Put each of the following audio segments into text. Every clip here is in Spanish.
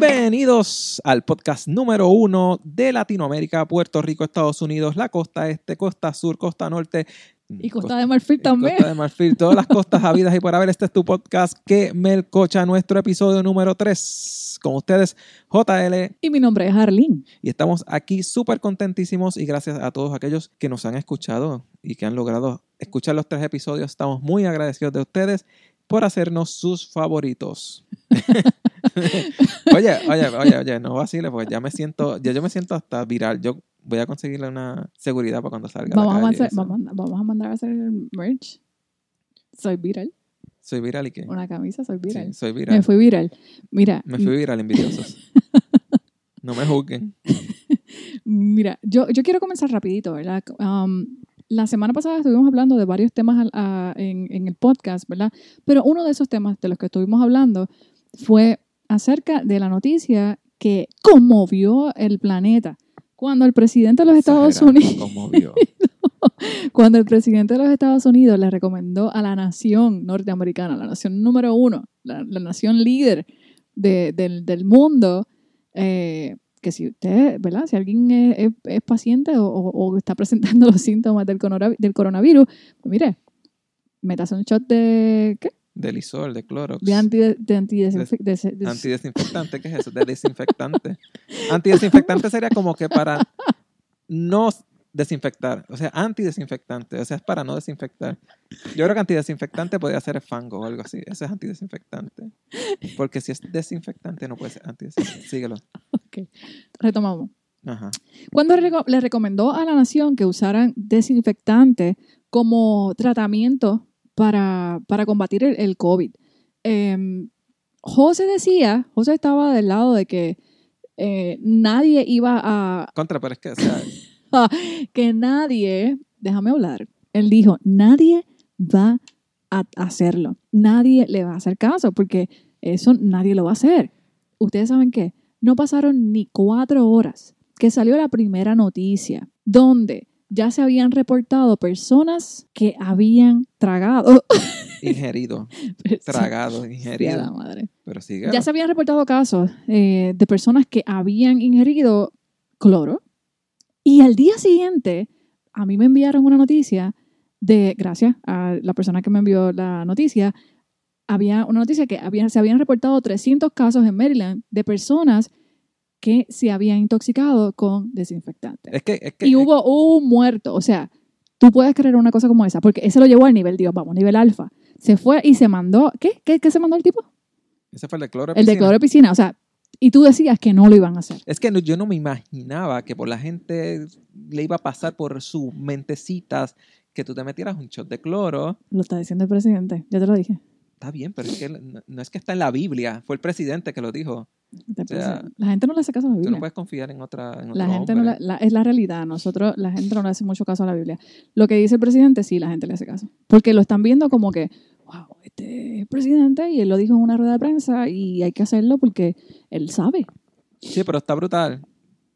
Bienvenidos al podcast número uno de Latinoamérica, Puerto Rico, Estados Unidos, la costa este, costa sur, costa norte. mm, Y Costa de Marfil también. Costa de Marfil, todas las costas habidas y por haber. Este es tu podcast que melcocha nuestro episodio número 3. Con ustedes, JL, Y mi nombre es Arlene. y estamos aquí súper contentísimos y gracias a todos aquellos que nos han escuchado y que han logrado escuchar los tres episodios. Estamos muy agradecidos de ustedes por hacernos sus favoritos. oye, oye, oye, oye, no vaciles porque ya me siento, ya yo me siento hasta viral. Yo voy a conseguirle una seguridad para cuando salga. a la Vamos a, calle, mandar, eso. vamos, a mandar- vamos a mandar a hacer el merch. Soy viral. Soy viral y qué. Una camisa, soy Sí, viral. soy viral. me fui viral. Mira, Me fui viral, envidiosos. No me juzguen. mira yo, yo quiero comenzar rapidito, ¿verdad? Um, la semana pasada estuvimos hablando de varios temas al- a- en, en el podcast, ¿verdad? Pero uno de esos temas de los que estuvimos hablando fue acerca de la noticia que conmovió el planeta. Cuando el presidente de los Estados Exagerado, Unidos... Conmovido. Cuando el presidente de los Estados Unidos le recomendó a la nación norteamericana, la nación número uno, la, la nación líder de- del, del mundo, eh, que si usted, ¿verdad? Si alguien es, es- es paciente o, o- o está presentando los síntomas del, coronavi- del coronavirus, pues mire, métase un shot de, ¿qué? Del isol, de Clorox. De, anti, de antidesinfe- des- des- Antidesinfectante, ¿qué es eso? De desinfectante. Antidesinfectante sería como que para no desinfectar. O sea, antidesinfectante. O sea, es para no desinfectar. Yo creo que antidesinfectante podría ser fango o algo así. Eso es antidesinfectante. Porque si es desinfectante, no puede ser antidesinfectante. Síguelo. Retomamos. Ajá. Cuando reco- le recomendó a la nación que usaran desinfectante como tratamiento para, para combatir el, el COVID. Eh, José decía, José estaba del lado de que eh, nadie iba a, Contra, pero es que, o sea, que nadie, déjame hablar, él dijo, nadie va a hacerlo, nadie le va a hacer caso porque eso nadie lo va a hacer. Ustedes saben qué, no pasaron ni cuatro horas que salió la primera noticia donde ya se habían reportado personas que habían tragado. ingerido, tragado, Sí, a la ingerido. madre. Pero síguelo. Ya se habían reportado casos eh, de personas que habían ingerido cloro. Y al día siguiente, a mí me enviaron una noticia de, gracias a la persona que me envió la noticia, había una noticia que había- se habían reportado 300 casos en Maryland de personas que se habían intoxicado con desinfectantes. Es que, es que, Y hubo un muerto. O sea, tú puedes creer una cosa como esa, porque ese lo llevó al nivel, Dios, vamos, nivel alfa. Se fue y se mandó. ¿Qué? ¿Qué, qué se mandó el tipo? ese fue el de cloro. de El de piscina. cloro de piscina, o sea, y tú decías que no lo iban a hacer. Es que no- yo no me imaginaba que por la gente le iba a pasar por sus mentecitas que tú te metieras un shot de cloro. Lo está diciendo el presidente, ya te lo dije. Está bien, pero es que no, no es que está en la Biblia. Fue el presidente que lo dijo. Te sea, pasa. la gente no le hace caso a la Tú Biblia. no puedes confiar en otra. En otro la gente no hombre. le- la- es la realidad. Nosotros, la gente no le hace mucho caso a la Biblia. Lo que dice el presidente, sí, la gente le hace caso. Porque lo están viendo como que, wow, este es el presidente y él lo dijo en una rueda de prensa y hay que hacerlo porque él sabe. Sí, pero está brutal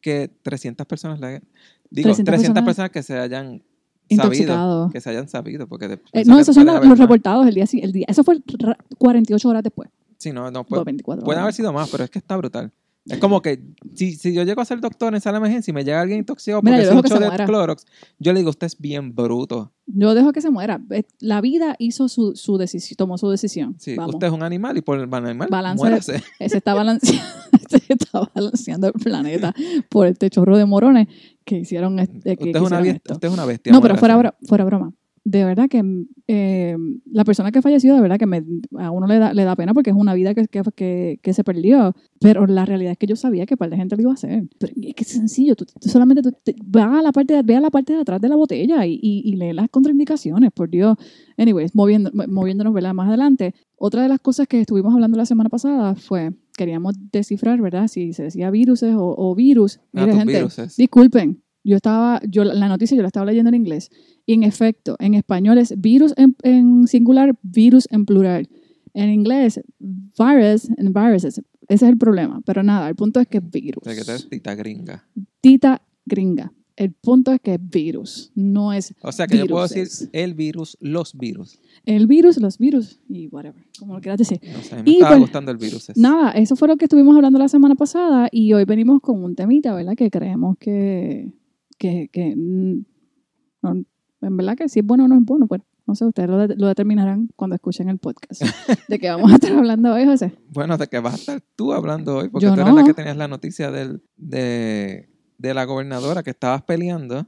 que 300 personas le hagan- Digo, 300, 300 personas que se hayan sabido. Intoxicado. Que se hayan sabido. Porque de- Eh, eso no, que esos son puede los, haber los más. reportados el día, sí- el día. Eso fue ra- 48 horas después, Sí, no, no. o Puede, 24 Pues, pueden haber horas. sido más, pero es que está brutal. Es como que si, si yo llego a ser doctor en sala de emergencia y me llega alguien intoxicado Mira, porque yo es dejo un que se shot de muera. Clorox, yo le digo, usted es bien bruto. Yo dejo que se muera. Eh, La vida hizo su, su decisión, tomó su decisión. Sí, Vamos. usted es un animal y por el animal Balance muérase. Eh, se está balanceando, se está balanceando el planeta por este chorro de morones que hicieron, este, que Usted es, una hicieron bestia, esto. usted es una bestia. No, pero muérase. fuera, bro- fuera broma. De verdad que eh, la persona que falleció, de verdad que me- a uno le da, le da pena porque es una vida que, que, que- que se perdió. Pero la realidad es que yo sabía que par de gente lo iba a hacer. Pero es que es sencillo. Tú, tú solamente tú, te- va a la parte de, ve a la parte de atrás de la botella y, y, y lee las contraindicaciones, por Dios. Anyways, moviendo, mo- moviéndonos ¿verdad? más adelante. Otra de las cosas que estuvimos hablando la semana pasada fue, queríamos descifrar, ¿verdad? Si se decía viruses o, o virus. Ah, Mire, tus gente, viruses. Disculpen, yo estaba, yo la noticia yo la estaba leyendo en inglés. Y en efecto, en español es virus en, en singular, virus en plural. En inglés, virus and viruses. Ese es el problema. Pero nada, el punto es que es virus. O sea, que tú eres tita gringa. Tita gringa. El punto es que es virus, no es O sea que yo puedo decir Viruses. el virus, los virus. el virus, los virus y whatever, como lo quieras decir. No sé, a mí me Y estaba pues- gustando el virus. ese. Nada, eso fue lo que estuvimos hablando la semana pasada y hoy venimos con un temita, ¿verdad? Que creemos que, que, que, mm, no, en verdad que si es bueno o no es bueno, bueno, no sé, ustedes lo, de- lo determinarán cuando escuchen el podcast. ¿De qué vamos a estar hablando hoy, José? Bueno, de que vas a estar tú hablando hoy, porque Yo tú eras la no. que tenías la noticia del, de, de la gobernadora que estabas peleando,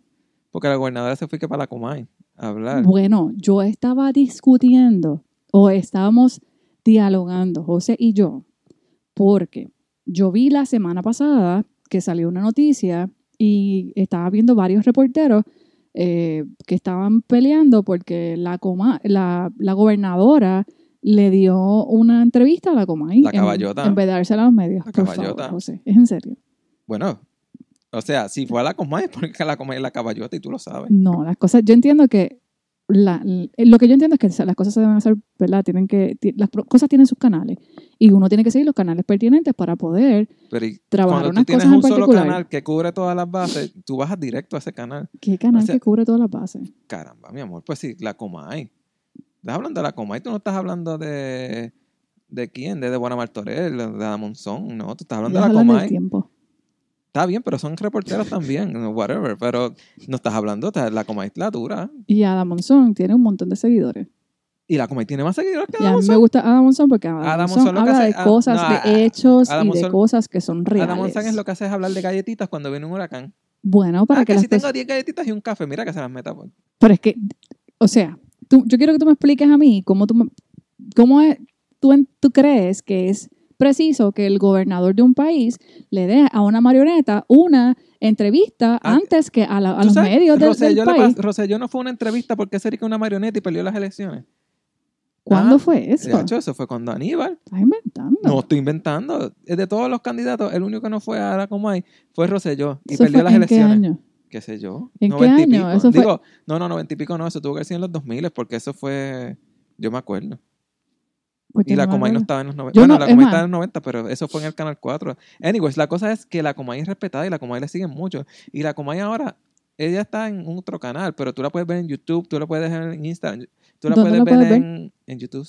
porque la gobernadora se fue que para la Comay a hablar. Bueno, yo estaba discutiendo o estábamos dialogando, José y yo, porque yo vi la semana pasada que salió una noticia y estaba viendo varios reporteros eh, que estaban peleando porque la, coma- la, la gobernadora le dio una entrevista a la Comay. La en- caballota. En, vez de dársela a los medios. La por caballota. favor, José, es en serio. Bueno, o sea, si fue a la Comay, es porque la Comay es la caballota y tú lo sabes. No, las cosas, yo entiendo que la- l- lo que yo entiendo es que las cosas se deben hacer, ¿verdad? Tienen que, ti- las pro- cosas tienen sus canales y uno tiene que seguir los canales pertinentes para poder Pero y trabajar cuando tú unas tienes cosas en un solo particular. canal que cubre todas las bases, tú bajas directo a ese canal. ¿Qué canal o sea- que cubre todas las bases? Caramba, mi amor, pues sí, la Comay. Estás hablando de la Comay, tú no estás hablando de... ¿De quién? ¿De Deborah Martorell? ¿De la Monzón? No, tú estás hablando Ellos de la hablan del Comay. tiempo. Está bien, pero son reporteros también, whatever. Pero no estás hablando, está- la Comay es la dura. Y Adam Monzón tiene un montón de seguidores. Y la Comay tiene más seguidores que y a Adam mí me Monzón. gusta Adam Monzón porque Adam, Adam Monzón Monzón lo que habla hace- de ah, cosas, no, ah, de hechos Adam y de Monzón- cosas que son reales. Adam Monzón es lo que hace es hablar de galletitas cuando viene un huracán. Bueno, para ah, que que las si personas... tengo 10 galletitas y un café, mira que se las meta. pues. Pero es que, o sea, tú- yo quiero que tú me expliques a mí cómo tú, me- cómo es- tú, en- tú crees que es preciso que el gobernador de un país le dé a una marioneta una entrevista Ah, antes que a, la- a ¿Tú los sabes? medios del- del Rosselló le país. pas- Rosselló no fue a una entrevista porque se que una marioneta y perdió las elecciones. ¿Cuándo Ah, fue eso? De hecho, eso fue cuando Aníbal. Estás inventando. No, estoy inventando. De todos los candidatos, el único que no fue a la Comay fue Rosselló y ¿Eso perdió fue las en qué elecciones. año? qué sé yo, ¿En qué noventa y año? pico. Eso fue- Digo, no, no, noventa y pico no, eso tuvo que haber sido en los 2000 porque eso fue, yo me acuerdo. Porque Y la me Comay no acuerdo. estaba en los 90. Yo Bueno, no- la es Comay más. estaba en los 90, pero eso fue en el Canal 4. Anyways, la cosa es que la Comay es respetada y la Comay le siguen mucho. Y la Comay ahora, ella está en otro canal, pero tú la puedes ver en YouTube, tú la puedes ver en Instagram, tú la ¿Dónde puedes la ver, puedes ver? En, en YouTube.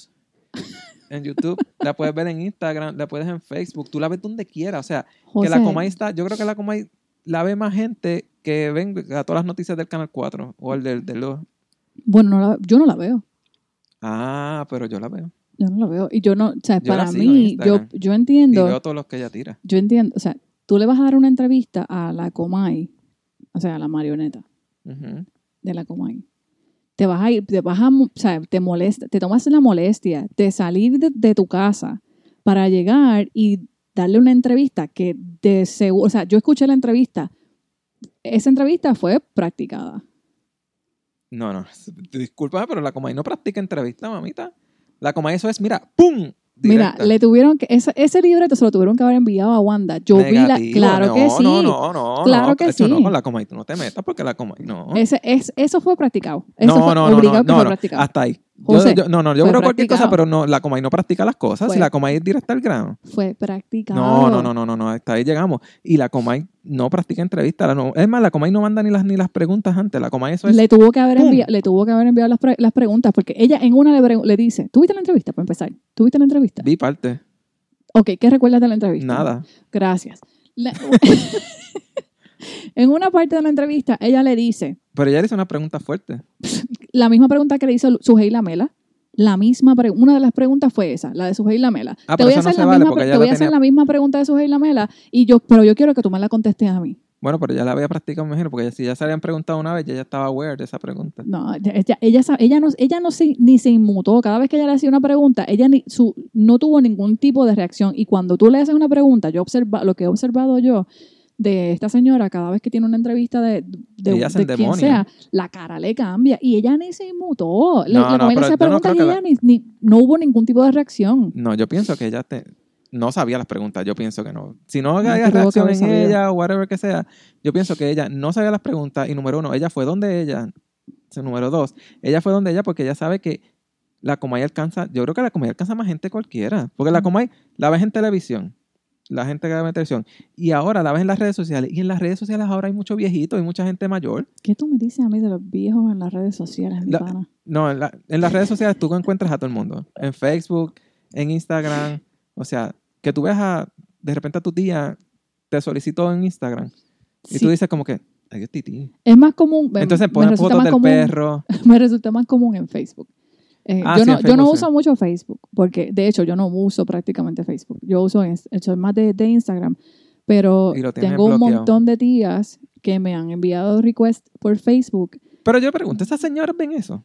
En YouTube, la puedes ver en Instagram, la puedes ver en Facebook, tú la ves donde quieras. O sea, que la José, Comay está, yo creo que la Comay la ve más gente que ven a todas las noticias del Canal 4 o el del, del los- Bueno, no la- yo no la veo. Ah, pero yo la veo. Yo no la veo. Y yo no, o sea, Yo la para sigo en mí, yo, Instagram. yo Y entiendo. veo todos los que ella tira. yo entiendo, o sea, tú le vas a dar una entrevista a la Comay, o sea, a la marioneta Ujú. de la Comay. Te vas a ir, te vas a, mo- o sea, te molesta, te tomas la molestia de salir de, de tu casa para llegar y darle una entrevista que de seguro, o sea, yo escuché la entrevista. Esa entrevista fue practicada. No, no. Discúlpame, pero la Comay no practica entrevista, mamita. La Comay eso es, mira, ¡pum! Directa. Mira, le tuvieron que, esa- ese libreto se lo tuvieron que haber enviado a Wanda. Yo vi la, Negativo, claro no, que sí. No, no, no. Claro no, que de hecho, sí. No, con la Comay tú no te metas porque la Comay no. Ese, es, eso fue practicado. Eso no, fue no, no, obligado no, que no, fue no, Ah. practicado. Hasta ahí. Yo- José, yo- no, no, yo fue creo cualquier cosa, pero practicado. no, la Comay no practica las cosas. Fue- Si la Comay es directa al grano. fue practicado. No, no, no, no, no, no, hasta ahí llegamos. Y la Comay no practica entrevistas. la no- es más, la Comay no manda ni las, ni las preguntas antes. La Comay eso es. le tuvo que haber ¡Pum! enviado, le tuvo que haber enviado las, pre- las preguntas porque ella en una le, pre- le dice, ¿tuviste la entrevista para empezar? ¿Tuviste la entrevista? Vi parte. Ok, ¿qué recuerdas de la entrevista? Nada. Gracias. La- en una parte de la entrevista ella le dice Pero ella le hizo una pregunta fuerte. la misma pregunta que le hizo Sujei Lamela. La misma pre- una de las preguntas fue esa, la de Sujei Lamela. Ah, te pero voy a eso no hacer, se la, vale, misma, porque pre- ella te voy la a hacer tenía- la misma pregunta de Sujei Lamela y yo, pero yo quiero que tú me la contestes a mí. Bueno, pero ya la había practicado, me imagino, porque ya- si ya se le habían preguntado una vez, ya ella estaba aware de esa pregunta. No, ella, ella, ella, sa- ella no, ella no se, ni se inmutó. Cada vez que ella le hacía una pregunta, ella ni, su, no tuvo ningún tipo de reacción. Y cuando tú le haces una pregunta, yo observa, lo que he observado yo de esta señora, cada vez que tiene una entrevista de, de, Ella se de quien endemonia. sea, la cara le cambia. Y ella ni se inmutó. Le, No, le no, comen pero esas yo no preguntas creo y que ella ni, ni- no hubo ningún tipo de reacción. No, yo pienso que ella te- no sabía las preguntas. Yo pienso que no. Si no No, había tuvo que reacción haber en sabido. ella o whatever que sea, yo pienso que ella no sabía las preguntas. Y número uno, ella fue donde ella. O sea, número dos, ella fue donde ella porque ella sabe que la Comay alcanza. Yo creo que la Comay alcanza más gente cualquiera. Porque la Mm. Comay la ves en televisión. la gente que debe atención. Y ahora la ves en las redes sociales. Y en las redes sociales ahora hay mucho viejito y mucha gente mayor. ¿Qué tú me dices a mí de los viejos en las redes sociales, mi La- pana? No, en, la- en las redes sociales tú encuentras a todo el mundo. En Facebook, en Instagram. O sea, que tú ves a, de repente a tu tía, te solicitó en Instagram. Y Sí. tú dices como que, ay, es titi. Es más común. me- Entonces me ponen resulta fotos más del común- perro. Me resulta más común en Facebook. Eh, Ah, yo, sí, no, en yo no Facebook, sí. uso mucho Facebook, porque de hecho yo no uso prácticamente Facebook. Yo uso Ins- soy más de, de Instagram, pero Y lo tienes tengo un bloqueado. montón de tías que me han enviado requests por Facebook Pero yo pregunto, ¿esas señoras ven eso?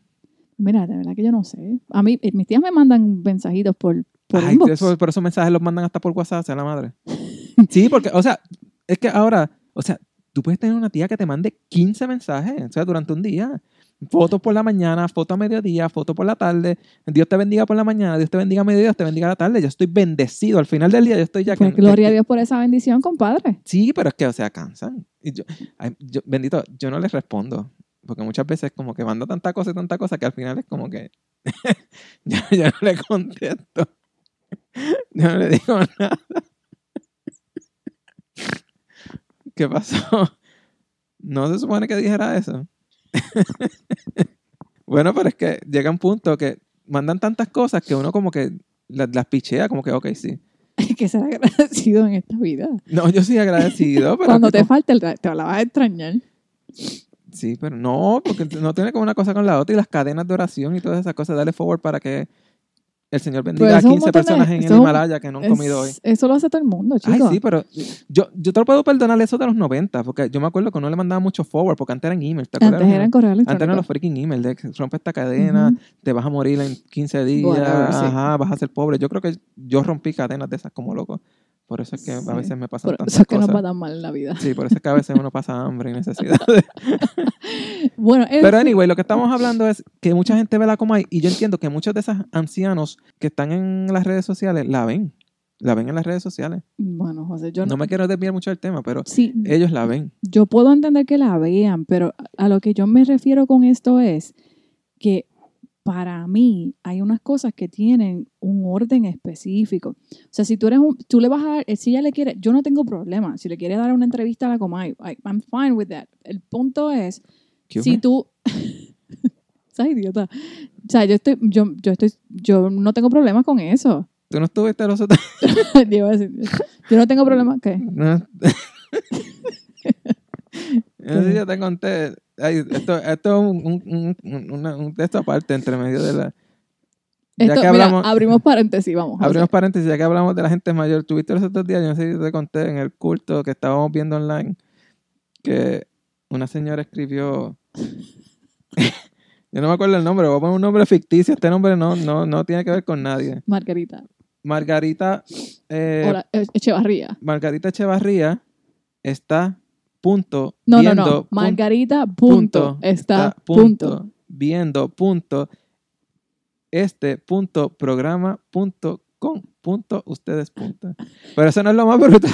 Mira, de verdad que yo no sé. A mí, eh, mis tías me mandan mensajitos por, por Ay, inbox. eso- por esos mensajes los mandan hasta por WhatsApp, sea la madre. Sí, porque, o sea, es que ahora, o sea, tú puedes tener una tía que te mande 15 mensajes, o sea, durante un día. Fotos por la mañana, foto a mediodía, foto por la tarde. Dios te bendiga por la mañana, Dios te bendiga a mediodía, Dios te bendiga a la tarde. Yo estoy bendecido. Al final del día yo estoy ya... Pues, que- gloria a que- Dios por esa bendición, compadre. Sí, pero es que, o sea, cansan. Y yo, ay, yo- bendito, yo no les respondo. Porque muchas veces como que mando tanta cosa y tanta cosa que al final es como que yo, yo no le contesto. Yo no le digo nada. ¿Qué pasó? No se supone que dijera eso. bueno, pero es que llega un punto que mandan tantas cosas que uno como que las, las pichea, como que, ok, sí. que ser agradecido en esta vida. No, yo soy agradecido, pero... Cuando que te falte, el ra- te la vas a extrañar. Sí, pero no, porque no tiene como una cosa con la otra y las cadenas de oración y todas esas cosas. Dale forward para que el Señor bendiga Pero a eso es un 15 montón de- personas en el eso es un- Himalaya que no han comido hoy. Es- Eso lo hace todo el mundo, Ay, chicos. sí, pero yo, yo te lo puedo perdonar eso de los 90, porque yo me acuerdo que no le mandaba mucho forward, porque antes eran emails, ¿te acuerdas? Antes eran correos Antes eran los electrónicos. freaking emails, de que rompe esta cadena, Ujú. te vas a morir en 15 días, Whatever, sí. ajá, vas a ser pobre. Yo creo que yo rompí cadenas de esas como loco. Por eso es que Sí. a veces me pasan Por tantas eso es que cosas. nos va tan mal en la vida. Sí, por eso es que a veces uno pasa hambre y necesidades. Bueno, en Pero fin, anyway, lo que estamos hablando es que mucha gente ve la coma y yo entiendo que muchos de esos ancianos que están en las redes sociales la ven. La ven en las redes sociales. bueno, José, yo No me eh quiero desviar mucho del tema, pero Sí, ellos la ven. yo puedo entender que la vean, pero a lo que yo me refiero con esto es que para mí hay unas cosas que tienen un orden específico. O sea, si tú eres un, tú le vas a dar, eh, si ella le quiere, yo no tengo problema. Si le quiere dar una entrevista a la Comay, I- I'm fine with that. El punto es, Excuse si me. tú, esa idiota. O sea, yo estoy, yo, yo estoy, yo no tengo problema con eso. Tú no estuviste los otros. Yo iba a decir, yo no tengo problema, ¿qué? No. No sé si yo te conté. Ay, esto, esto es un, un, un- una- un texto aparte entre medio de la. Ya Esto, que mira, hablamos- abrimos paréntesis, vamos. José. Abrimos paréntesis, ya que hablamos de la gente mayor. Tuviste los otros días, yo no sé si te conté en el culto que estábamos viendo online, que una señora escribió. yo no me acuerdo el nombre, voy a poner un nombre ficticio. Este nombre no, no, no tiene que ver con nadie. Margarita. Margarita, eh, Hola, eh, Echevarría. Margarita Echevarría está punto. No, viendo, no, no. pun- Ah, Margarita, punto. está, punto. Viendo punto. Este punto programa punto com punto ustedes punto. Pero eso no es lo más brutal.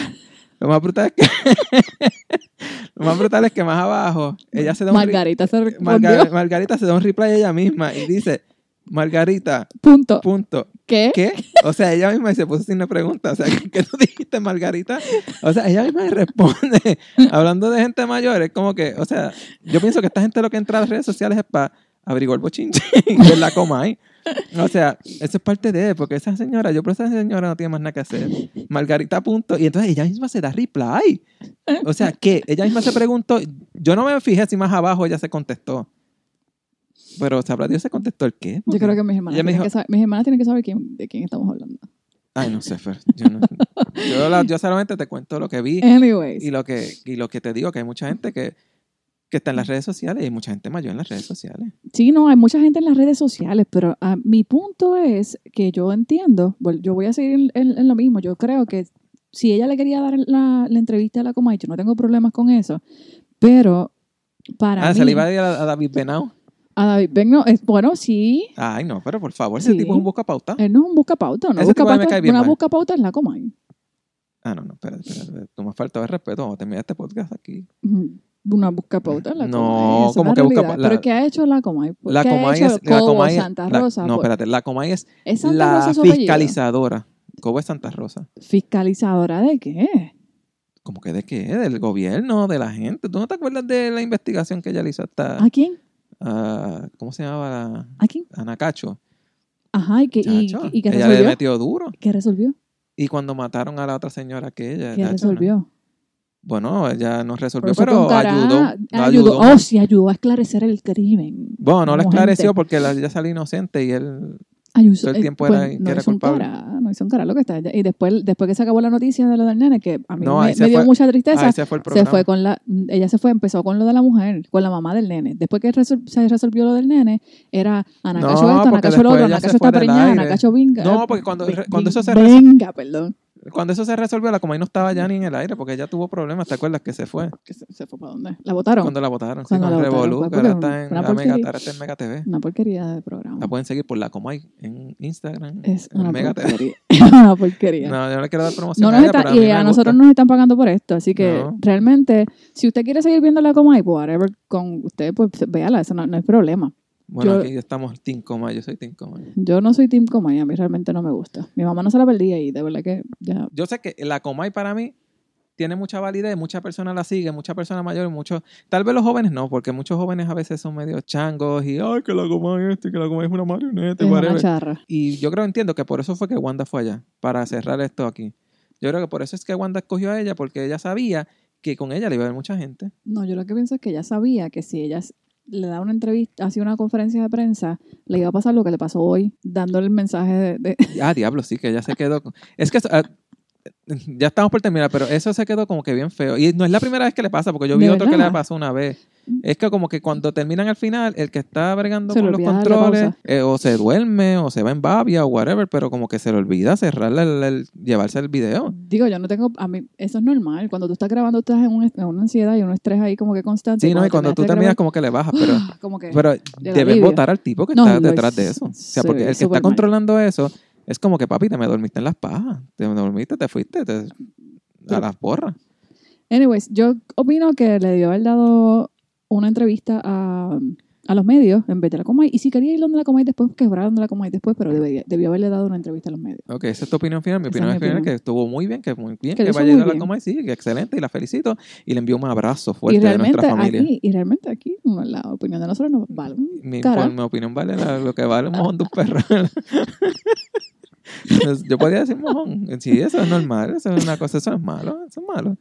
Lo más brutal es que lo más brutal es que más abajo ella se da un re- Margarita se respondió. Margar- Margarita se da un replay ella misma y dice Margarita punto. punto ¿Qué? ¿Qué? O sea, ella misma se puso sin una pregunta. O sea, ¿qué tú dijiste, Margarita? O sea, ella misma responde. Hablando de gente mayor, es como que, o sea, yo pienso que esta gente lo que entra a las redes sociales es para averiguar bochinche y ver la coma ahí. O sea, eso es parte de, porque esa señora, yo por esa señora no tiene más nada que hacer. Margarita punto. Y entonces ella misma se da reply. O sea, que ella misma se preguntó, yo no me fijé si más abajo ella se contestó. Pero sabrá Dios se contestó el qué. Yo creo que mis hermanas, Ella me tienen, dijo- que saber, mis hermanas tienen que saber quién, de quién estamos hablando. Ay, no sé, Fer. Yo, no- yo la- yo solamente te cuento lo que Eh, vi Anyways. y lo que, y lo que te digo, que hay mucha gente que, que está en Mm. las redes sociales y hay mucha gente mayor en las redes sociales. Sí, no, hay mucha gente en las redes sociales, pero ah, mi punto es que yo entiendo, bueno, yo voy a seguir en, en- en lo mismo, yo creo que si ella le quería dar la, la entrevista a la Comay, yo no tengo problemas con eso, pero para ah, mí, se le iba a ir a, a David Benao. a David Benno, es, bueno, sí, Ay, no, pero por favor, ese Sí. Eh. tipo es un buscapauta. Él no es un buscapauta, una Ese tipo a mí me buscapauta, cae bien una mal. buscapauta es la Comay. Ah, no, no, espérate, espérate. espérate. Tú me has faltado de respeto cuando termina este podcast aquí. Ujú. Una buscapauta es la No, Comay. esa es ¿cómo la que realidad. buscapa- la- Pero ¿qué ha hecho la Comay? ¿Qué La ha Comay hecho es. La Cobo, Comay, Santa la- Rosa? no, Por- espérate. La Comay es ¿Es Santa la Rosa su apellido? fiscalizadora. Cobo es Santa Rosa. ¿Fiscalizadora de qué? ¿Cómo que de qué? Del gobierno, de la gente. ¿Tú no te acuerdas de la investigación que ella le hizo hasta... ¿A quién? a- ¿Cómo se llamaba? ¿A quién? Anacacho. Ajá, ¿y qué, y- Chacho, y qué ella le resolvió? metió duro. ¿Qué resolvió? Y cuando mataron a la otra señora aquella. ¿Qué chacho, resolvió? Bueno, ella no resolvió, Por eso pero contará- ayudó, no ayudó. ayudó. Oh, sí, ayudó a esclarecer el crimen. Bueno, no la Como esclareció gente. porque la- ella salió inocente y él... Ayuso, Todo el eh, tiempo pues, era que no era hizo un culpable. cara, no hizo un cara lo que está. Y después, después que se acabó la noticia de lo del nene, que a mí No, ahí me, se me dio fue- mucha tristeza, ahí se fue el se programa. fue con la, ella se fue, empezó con lo de la mujer, con la mamá del nene. Después que resol- se resolvió lo del nene, era Anacacho No, esto, porque Anacacho lo después otro, ella se Anacacho fue está del preñada, aire. Anacacho vinga. No, porque cuando- Vin- cuando eso se Vinga, resol- perdón. Cuando eso se resolvió, la Comay no estaba ya ni en el aire porque ella tuvo problemas, ¿te acuerdas que se fue? Que se, se fue para dónde. La votaron. Cuando la votaron, sí, Cuando con la votaron, Revolú, fue que ahora porque está en una la Mega, porquería. ahora está en Mega TV. Una porquería de programa. La pueden seguir por la Comay en Instagram, es en una Mega TV. porquería. una porquería. No, yo no le quiero dar promoción No a nos ella, está- pero a mí y me a gusta. nosotros nos están pagando por esto, así que No. realmente, si usted quiere seguir viéndola como hay, whatever, con usted, pues véala, eso no, no es problema. Bueno, yo- aquí estamos Team Comay, yo soy Team Comay. Yo no soy Team Comay, a mí realmente no me gusta. Mi mamá no se la perdía y de verdad que ya. Yo sé que la Comay para mí tiene mucha validez, muchas personas la siguen, muchas personas mayores, muchos... Tal vez los jóvenes no, porque muchos jóvenes a veces son medio changos y ¡ay, que la Comay este, que la Comay es una marioneta! Es whatever". una charra. Y yo creo, entiendo que por eso fue que Wanda fue allá, para cerrar esto aquí. Yo creo que por eso es que Wanda escogió a ella, porque ella sabía que con ella le iba a haber mucha gente. No, yo lo que pienso es que ella sabía que si ella s- le da una entrevista, hacía una conferencia de prensa, le iba a pasar lo que le pasó hoy, dándole el mensaje de. de- Ah, diablo, sí, que ella se quedó. con- Es que eso, ah, ya estamos por terminar, pero eso se quedó como que bien feo. Y no es la primera vez que le pasa, porque yo vi ¿De otro que verdad? Mm. le pasó una vez. Es que como que cuando terminan al final, el que está bregando Se con le los olvida darle controles, pausa. eh, o se duerme, o se va en babia, o whatever, pero como que se le olvida cerrarle, el- el- llevarse el video. Digo, yo no tengo. A mí, eso es normal. Cuando tú estás grabando, tú estás en, un est- en una ansiedad y un estrés ahí como que constante. Sí, no, y cuando tú terminas terminaste como que le bajas, de pero... grabar, como que. Pero la debes Biblia. votar al tipo que No, está lo detrás de hizo eso. O sea, se porque ve el que está súper mal. controlando eso es como que, papita, me dormiste en las pajas. Te dormiste, te fuiste te- a Pero- las porras. Anyways, yo opino que le dio haber dado una entrevista a, a los medios en vez de la Comay. Y si quería ir donde la Comay después, quebrar donde la Comay después, pero debería- debió haberle dado una entrevista a los medios. Ok, esa es tu opinión final. Mi Esa opinión es mi final es que opinión. estuvo muy bien, que muy bien, que, Que lo hizo va a muy llegar a la bien. coma y sí, que excelente, y la felicito. Y le envío un abrazo fuerte y de nuestra realmente familia. aquí, y realmente aquí, bueno, la opinión de nosotros nos vale. un Mi, carajo. por- mi opinión vale la- lo que vale un mojón de un perro. Pues, Yo podría decir mojón. Sí, eso es normal, eso es una cosa, eso es malo, eso es malo.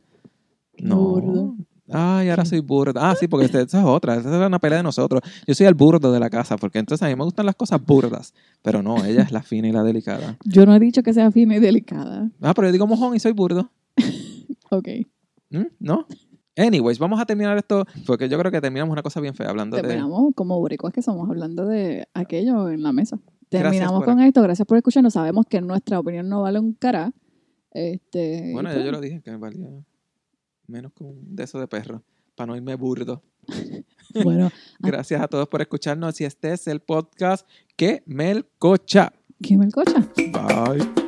No. burdo. Ay, ahora soy burdo. Ah, sí, porque esa esa es otra, esa es una pelea de nosotros. Yo soy el burdo de la casa, porque entonces a mí me gustan las cosas burdas, pero no, ella es la fina y la delicada. Yo no he dicho que sea fina y delicada. Ah, pero yo digo mojón y soy burdo. Ok. ¿Mm? ¿No? Anyways, vamos a terminar esto, porque yo creo que terminamos una cosa bien fea hablando de... Terminamos como boricuas que somos hablando de aquello en la mesa. Gracias Terminamos por con esto. Gracias por escucharnos. Sabemos que nuestra opinión no vale un cara. Este, Bueno, y ya pues, yo lo dije, que me valía menos que un de esos de perro, para no irme burdo. Ah. bueno, Gracias a todos por escucharnos y este es el podcast que me cocha. ¿quién me cocha? Bye.